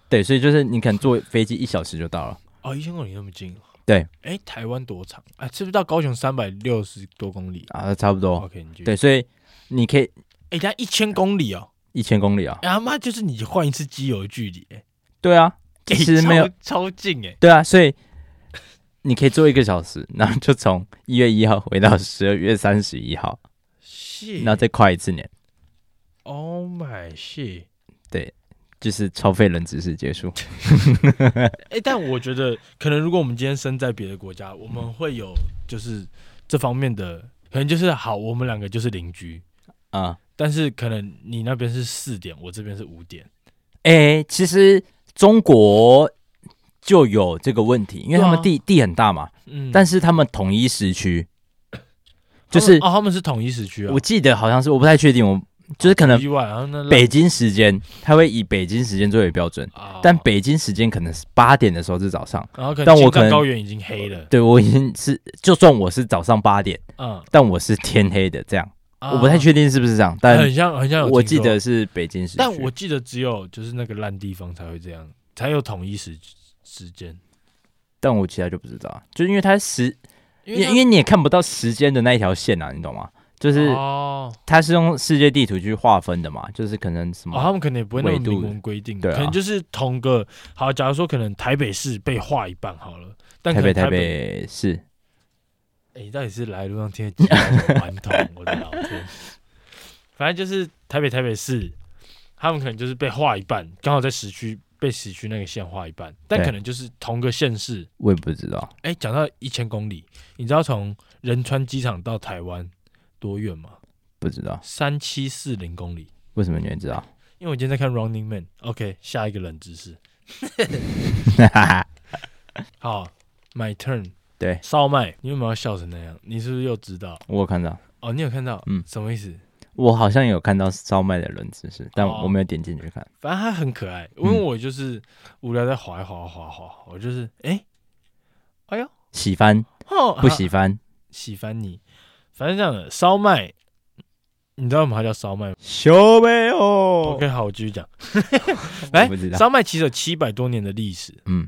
S1: 对，所以就是你可能坐飞机一小时就到了。
S3: 哦，一千公里那么近，
S1: 对，
S3: 哎，台湾多长？哎，是不是到高雄三百六十多公里
S1: 啊，差不多。
S3: ？OK，你继续
S1: 对，，所以你可以
S3: 哎，但一千公里哦，
S1: 一千公里啊。
S3: 哎他妈就是你换一次机油的距离，哎，
S1: 对啊，其
S3: 哎
S1: 实没有
S3: 超超近哎，
S1: 对啊，所以你可以坐一个小时， 然后就从一月一号回到十二月三十一号，
S3: 谢
S1: 然后再跨一次年，
S3: ，Oh my shit。
S1: 就是超费人知识结束。
S3: 哎、但我觉得可能如果我们今天身在别的国家，我
S1: 嗯
S3: 们会有就是这方面的，可能就是好，我们两个就是邻居，
S1: 啊、
S3: 但是可能你那边是四点，我这边是五点，
S1: 诶、哎其实中国就有这个问题，因为他们地、地很大嘛，
S3: 啊嗯，
S1: 但
S3: 是
S1: 是他们统一时区，就是
S3: 哦，他们是统一时区啊
S1: 我，记得好像是，我不太确定，我就是可能
S3: 意外，然后那
S1: 北京时间，他会以北京时间作为标准，
S3: 啊，
S1: 但北京时间可能是八点的时候是早上。
S3: 然后可能
S1: 但我
S3: 青
S1: 可
S3: 藏
S1: 能
S3: 高原已经黑了，
S1: 对我已经是，就算我是早上八点，
S3: 嗯，
S1: 但我是天黑的，这样、
S3: 啊
S1: 我不太确定是不是这样，但
S3: 很像很像有
S1: 我
S3: 听
S1: 记
S3: 说
S1: 得是北京时区。
S3: 但我记得只有就是那个烂地方才会这样，才有统一时时间。
S1: 但我其他就不知道啊，就因为它时，
S3: 因
S1: 因为因为你也看不到时间的那一条线啊，你懂吗？就是
S3: 哦
S1: 它是用世界地图去划分的嘛，就是可能什
S3: 哦，
S1: 么，
S3: 他们可能也不会那么
S1: 纬嗯度
S3: 明文规定，
S1: 对啊
S3: 可能就是同个好。假如说可能台北市被划一半好了，但
S1: 台
S3: 可
S1: 北
S3: 能
S1: 台
S3: 北，
S1: 北市，
S3: 哎、你到底是来路上听得几个顽童？我的老天！ 反正就是台北台北市，他们可能就是被划一半，刚好在时区被时区那个线划一半，但
S1: 对
S3: 可能就是同个县市。
S1: 我也不知道，
S3: 哎、讲到一千公里，你知道从仁川机场到台湾多远吗？
S1: 不知道
S3: 三七四零公里。
S1: 为什么你会知道？
S3: 因为我今天在看《Running Man》。OK，下一个冷知识。好，My turn。
S1: 对
S3: 烧麦，你为什么要笑成那样？你是不是又知道？
S1: 我有看到，
S3: 哦，你有看到？
S1: 嗯
S3: 什么意思？
S1: 我好像有看到烧麦的轮子是，但
S3: 哦
S1: 我没有点进去看。
S3: 反正它很可爱，因
S1: 嗯
S3: 为我就是无聊在滑一滑滑滑，我就是哎、
S1: 喜欢
S3: 哦，
S1: 不
S3: 啊
S1: 喜欢？
S3: 喜欢你。反正这样的烧麦，你知道为什么它叫烧麦吗？
S1: 小妹哦
S3: OK，好，我继 续讲。来
S1: 不知，道
S3: 烧麦其实有七百多年的历史，
S1: 嗯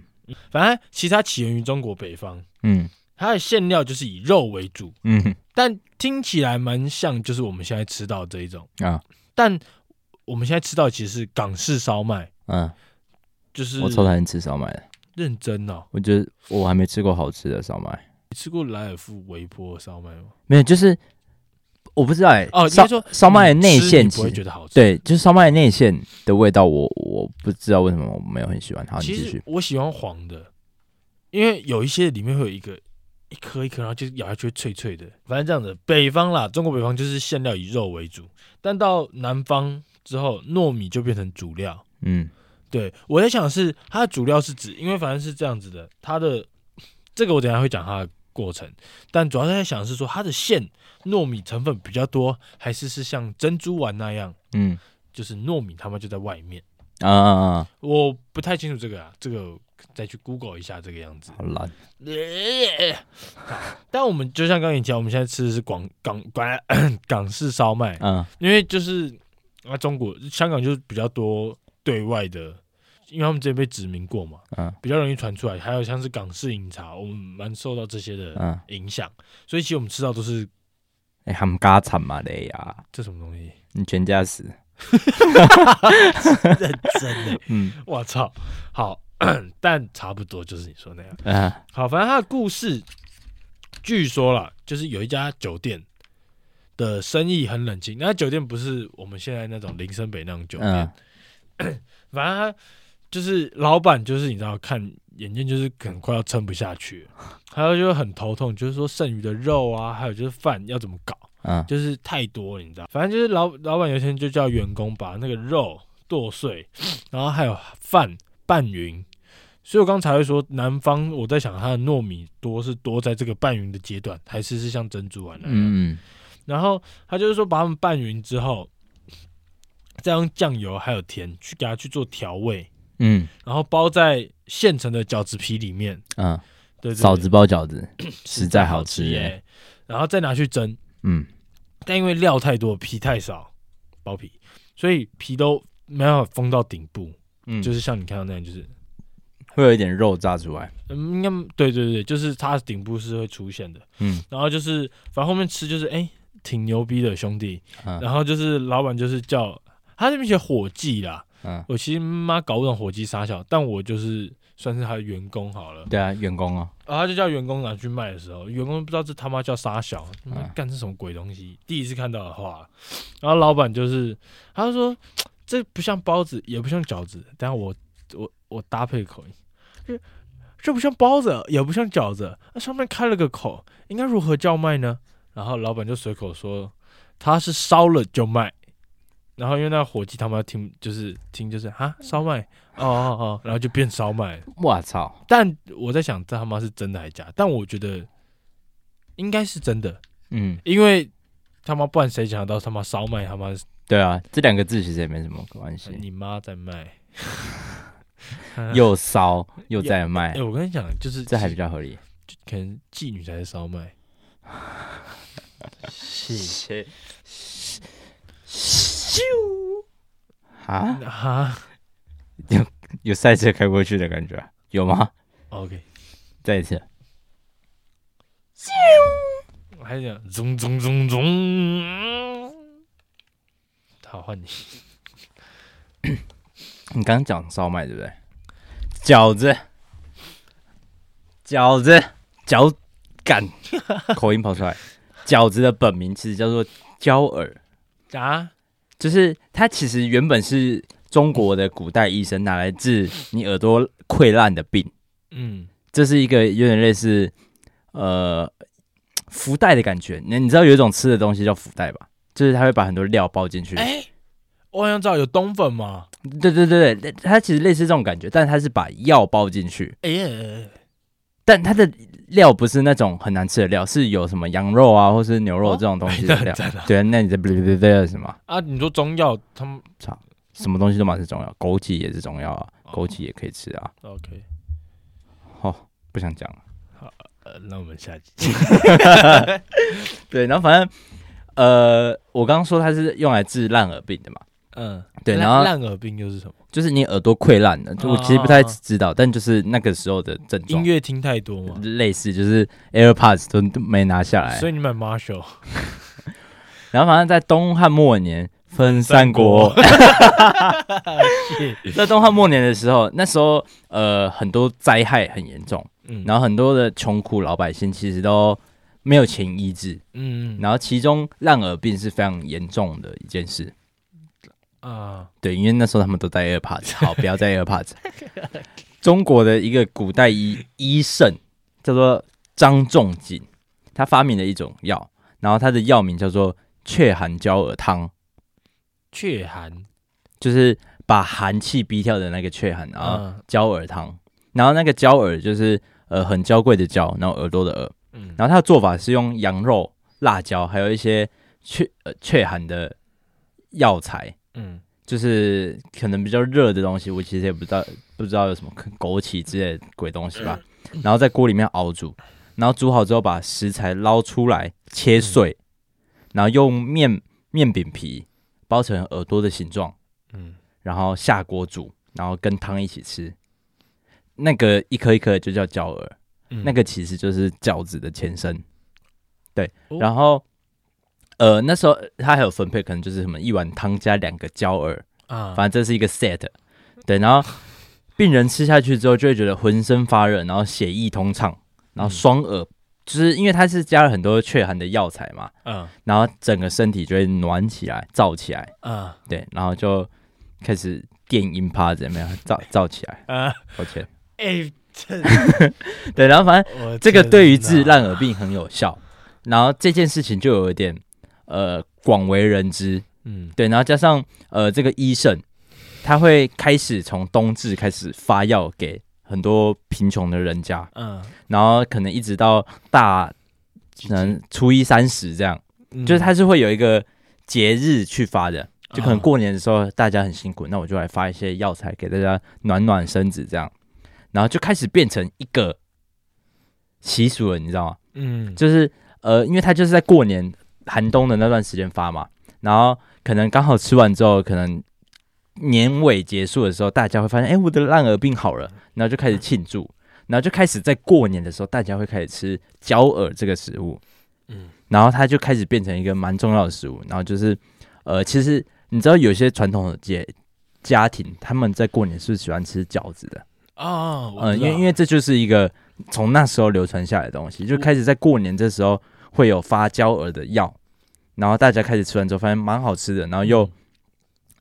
S3: 反正其实它起源于中国北方，
S1: 嗯
S3: 它的馅料就是以肉为主，
S1: 嗯
S3: 但听起来蛮像就是我们现在吃到这一种
S1: 啊
S3: 但我们现在吃到其实是港式烧麦，
S1: 嗯，
S3: 就是
S1: 我超讨厌吃烧麦的，
S3: 认真哦。
S1: 我觉得我还没吃过好吃的烧麦，
S3: 你吃过莱尔富微波烧麦吗？
S1: 没有，就是我不知道哎、
S3: 哦，应
S1: 烧
S3: 该说
S1: 烧麦的
S3: 你
S1: 内
S3: 吃
S1: 馅
S3: 你
S1: 其
S3: 不会
S1: 实
S3: 觉得好吃。，
S1: 对，就是烧麦的内馅的味道我，我不知道为什么我没有很喜欢它。你
S3: 其
S1: 继
S3: 实
S1: 续，
S3: 我喜欢黄的，因为有一些里面会有一个一颗一颗，然后就是咬下去会脆脆的。反正这样子，北方啦，中国北方就是馅料以肉为主，但到南方之后，糯米就变成主料。
S1: 嗯
S3: 对我在想的是它的主料是指，因为反正是这样子的，它的这个我等一下会讲它的过程，但主要是在想的是说它的馅糯米成分比较多，还是是像珍珠丸那样，
S1: 嗯
S3: 就是糯米他们就在外面。
S1: 啊啊啊，
S3: 我不太清楚这个啊，这个再去 Google 一下这个样子。
S1: 好烂，欸
S3: 但我们就像刚才讲，我们现在吃的是广 港港港式烧麦，
S1: 嗯
S3: 因为就是啊，中国香港就是比较多对外的，因为他们之前被殖民过嘛，
S1: 嗯
S3: 比较容易传出来。还有像是港式饮茶，我们蛮受到这些的
S1: 嗯，
S3: 影响，所以其实我们吃到都是
S1: 哎、他们嘎惨嘛嘞呀，
S3: 这什么东西，
S1: 你全家死，
S3: 认 真 的，
S1: 嗯
S3: 我操，好， 但差不多就是你说那样。
S1: 啊
S3: 好，反正他的故事，据说啦，就是有一家酒店的生意很冷清。那酒店不是我们现在那种林森北那种酒店，
S1: 嗯
S3: 反正他就是老板，就是你知道，看眼睛就是可能快要撑不下去了，还有就是很头痛，就是说剩余的肉啊，还有就是饭要怎么搞，
S1: 嗯
S3: 就是太多了，你知道。反正就是老老板有一天就叫员工把那个肉剁碎， 然后还有饭拌匀。所以我刚才会说，南方我在想它的糯米多是多在这个拌匀的阶段，还是是像珍珠丸那样
S1: 嗯
S3: 然后他就是说把它们拌匀之后，再用酱油还有甜去给它去做调味，
S1: 嗯
S3: 然后包在现成的饺子皮里面，
S1: 嗯，
S3: 对对对
S1: 嫂子包饺 子实在好吃耶，
S3: 耶，然后再拿去蒸，
S1: 嗯
S3: 但因为料太多，皮太少，包皮，所以皮都没办法封到顶部，
S1: 嗯，
S3: 就
S1: 就是
S3: 是像你看到那样，就是
S1: 会有一点肉炸出来，
S3: 嗯，应该对对对，就是它的顶部是会出现的。
S1: 嗯
S3: 然后就是，反正后面吃就是哎、挺牛逼的兄弟。
S1: 嗯
S3: 然后就是老板就是叫他那边写伙计啦，
S1: 嗯，
S3: 我其实妈搞不懂伙计傻小，但我就是算是他的员工好了。
S1: 对啊，员工哦，
S3: 然后他就叫员工拿去卖的时候，员工不知道这他妈叫傻小，他妈
S1: 嗯
S3: 干这什么鬼东西，第一次看到的话。然后老板就是，他就说这不像包子，也不像饺子，但我我我搭配口音，这这不像包子，也不像饺子，那上面开了个口，应该如何叫卖呢？然后老板就随口说他是烧了就卖。然后因为那伙计他妈听就是听就是啊烧麦哦哦哦，然后就变烧麦了。
S1: 我操，
S3: 但我在想，这他妈是真的还是假的？但我觉得应该是真的，
S1: 嗯
S3: 因为他妈不然谁想得到他妈烧麦他妈
S1: 对啊，这两个字其实也没什么关系。
S3: 你妈在卖，
S1: 又烧又在卖
S3: 哎、，我跟你讲，就是
S1: 这还比较合理。
S3: 可能妓女才是烧麦，
S1: 谢咻啊，
S3: 哈
S1: 有赛车开过去的感觉啊，有吗？
S3: ，OK，
S1: 再一次，
S3: 我还讲咚咚咚咚，好换你，
S1: 你刚刚讲烧麦对不对？饺子，饺子，饺干，口音跑出来。饺子的本名其实叫做焦耳，
S3: 啊，
S1: 就是它其实原本是中国的古代医生拿来治你耳朵溃烂的病，
S3: 嗯，
S1: 这是一个有点类似呃福袋的感觉。你你知道有一种吃的东西叫福袋吧？就是它会把很多料包进去。
S3: 哎、我好像知道有冬粉嘛，
S1: 对对对对，它其实类似这种感觉，但它是把药包进去，
S3: 哎、欸，
S1: 但它的料不是那种很难吃的料，是有什么羊肉啊或是牛肉这种东西的料。
S3: 赞啊！
S1: 对，那你的不不不什么
S3: 啊，你说中药他们
S1: 什么东西都蛮是中药，枸杞也是中药啊，枸杞也可以吃啊。
S3: OK，
S1: 哦，不想讲了。
S3: 呃，那我们下集。
S1: 对，然后反正呃，我刚刚说它是用来治烂耳病的嘛，
S3: 嗯，
S1: 对
S3: 烂
S1: 然后
S3: 烂耳病又是什么？
S1: 就是你耳朵溃烂了，就我其实不太知道，但就是那个时候的症
S3: 哦音
S1: 状，
S3: 乐听太多嘛，
S1: 类似就是 AirPods 都都没拿下来
S3: 所，以你买 Marshall
S1: 然后反正在东汉末年分三国， 在东汉末年的时候，那时候呃很多灾害很严重，
S3: 嗯
S1: 然
S3: 后
S1: 后很多的穷苦老百姓其实都没有钱医治，
S3: 嗯
S1: 然后其中烂耳病是非常严重的一件事。
S3: 啊
S1: 对，因为那时候他们都戴 AirPods，好，不要戴 AirPods。中国的一个古代医医圣叫做张仲景，他发明了一种药，然后他的药名叫做雀寒胶耳汤，
S3: 雀寒
S1: 就是把寒气逼掉的那个雀寒，然后
S3: 啊
S1: 胶耳汤，然后那个胶耳就是呃很娇贵的娇，然后耳朵的耳，
S3: 嗯
S1: 然后他的做法是用羊肉、辣椒，还有一些雀呃雀寒的药材，
S3: 嗯
S1: 就是可能比较热的东西，我其实也不知道不知道有什么枸杞之类的鬼东西吧。
S3: 嗯
S1: 然后在锅里面熬煮，然后煮好之后把食材捞出来切碎，
S3: 嗯
S1: 然后用面面饼皮包成耳朵的形状，
S3: 嗯
S1: 然后下锅煮，然后跟汤一起吃。那个一颗一颗的就叫饺耳，
S3: 嗯
S1: 那个其实就是饺子的前身。对，
S3: 哦
S1: 然后呃那时候它还有分配，可能就是什么一碗汤加两个饺耳。
S3: 啊
S1: 反正这是一个 set。对，然后病人吃下去之后就会觉得浑身发热，然后血液通畅，然后双耳，就是因为它是加了很多雀寒的药材嘛，
S3: 啊
S1: 然后整个身体就会暖起来、燥起来，
S3: 啊
S1: 对，然后就开始电音趴怎么样，燥燥起来，
S3: 啊！
S1: 抱歉，
S3: 哎， 这
S1: 对，然后反正
S3: 我
S1: 这个对于治
S3: 自
S1: 烂耳病很有效，然后这件事情就有一点呃广为人知，
S3: 嗯
S1: 对，然后加上呃，这个医圣，他会开始从冬至开始发药给很多贫穷的人家，
S3: 嗯，
S1: 然后可能一直到大可能初一三十这样，
S3: 嗯
S1: 就是他是会有一个节日去发的，就可能
S3: 啊
S1: 过年的时候大家很辛苦，那我就来发一些药材给大家暖暖身子这样，然后就开始变成一个习俗了，你知道吗？
S3: 嗯
S1: 就是呃，因为他就是在过年寒冬的那段时间发嘛，然后可能刚好吃完之后，可能年尾结束的时候，大家会发现，哎、我的烂耳病好了，然后就开始庆祝，然后就开始在过年的时候，大家会开始吃焦耳这个食物，
S3: 嗯
S1: 然后它就开始变成一个蛮重要的食物，然后就是呃，其实你知道有些传统的节。家庭他们在过年是喜欢吃饺子的，
S3: 啊，我
S1: 嗯，
S3: 知
S1: 因为
S3: 道
S1: 因为这就是一个从那时候流传下来的东西，就
S3: 嗯
S1: 开始在过年这时候会有发胶耳的药，然后大家开始吃完之后发现蛮好吃的，然后又、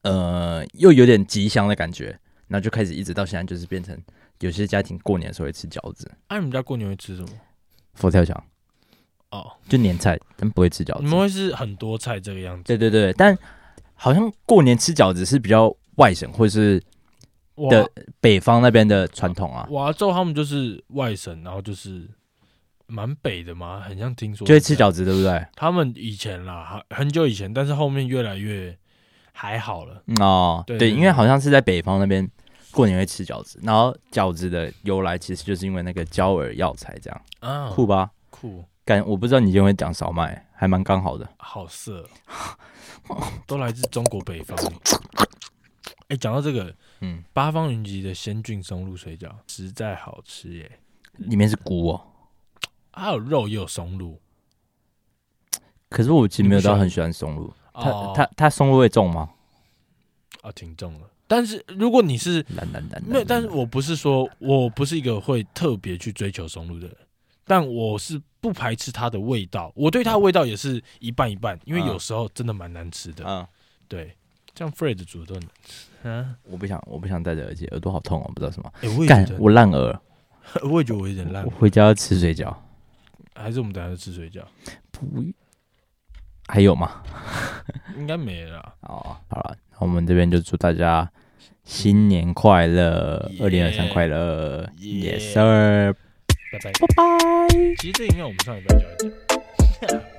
S3: 嗯
S1: 呃又有点吉祥的感觉，然后就开始一直到现在就是变成有些家庭过年的时候会吃饺子、
S3: 啊，你们家过年会吃什么？
S1: 佛跳墙，
S3: 哦，
S1: 就年菜，但不会吃饺
S3: 你们
S1: 子。
S3: 会是很多菜这个样子
S1: 对对对，但好像过年吃饺子是比较外省或是
S3: 哇
S1: 的北方那边的传统啊，
S3: 瓦咒他们就是外省，然后就是蛮北的嘛，很像听说
S1: 就会吃
S3: 是这样。
S1: 饺子，对不对？
S3: 他们以前啦，很很久以前，但是后面越来越还好了。
S1: 嗯哦，
S3: 对
S1: 对，
S3: 对
S1: 因为好像是在北方那边过年会吃饺子，然后饺子的由来其实就是因为那个焦耳药材这样，
S3: 啊，
S1: 酷吧？
S3: 酷，
S1: 感我不知道你今天会讲烧麦，还蛮刚好的。
S3: 好色 哦，都来自中国北方。哎、讲到这个，
S1: 嗯，
S3: 八方云集的鲜菌松露水饺实在好吃耶，
S1: 里面是菇哦，
S3: 它有肉也有松露。
S1: 可是我其实没有到
S3: 你不喜欢
S1: 很喜欢松露，它
S3: 哦
S1: 它它松露会重吗？
S3: 啊，挺重的。但是如果你是
S1: 懒懒懒，
S3: 没有，但是我不是说我不是一个会特别去追求松露的人，但我是不排斥它的味道，我对它的味道也是一半一半，因为有时候真的蛮难吃的。
S1: 嗯，
S3: 对，像 Fred 煮的都很难吃。啊，
S1: 我不想我不想戴着耳机，耳朵好痛哦，不知道什么。
S3: 哎、我也
S1: 干
S3: 觉，得，
S1: 我烂耳，
S3: 我也觉得我有点烂
S1: 我，回家要吃水饺，
S3: 还是我们等下去吃水饺，
S1: 不，还有吗？
S3: 应该没了啊啦。
S1: 哦，好了，那我们这边就祝大家新年快乐，二零二三
S3: Yeah
S1: 快乐
S3: Yeah
S1: ，Yes sir，
S3: 拜拜。
S1: 拜拜。
S3: 其实这应该我们上礼拜就要讲。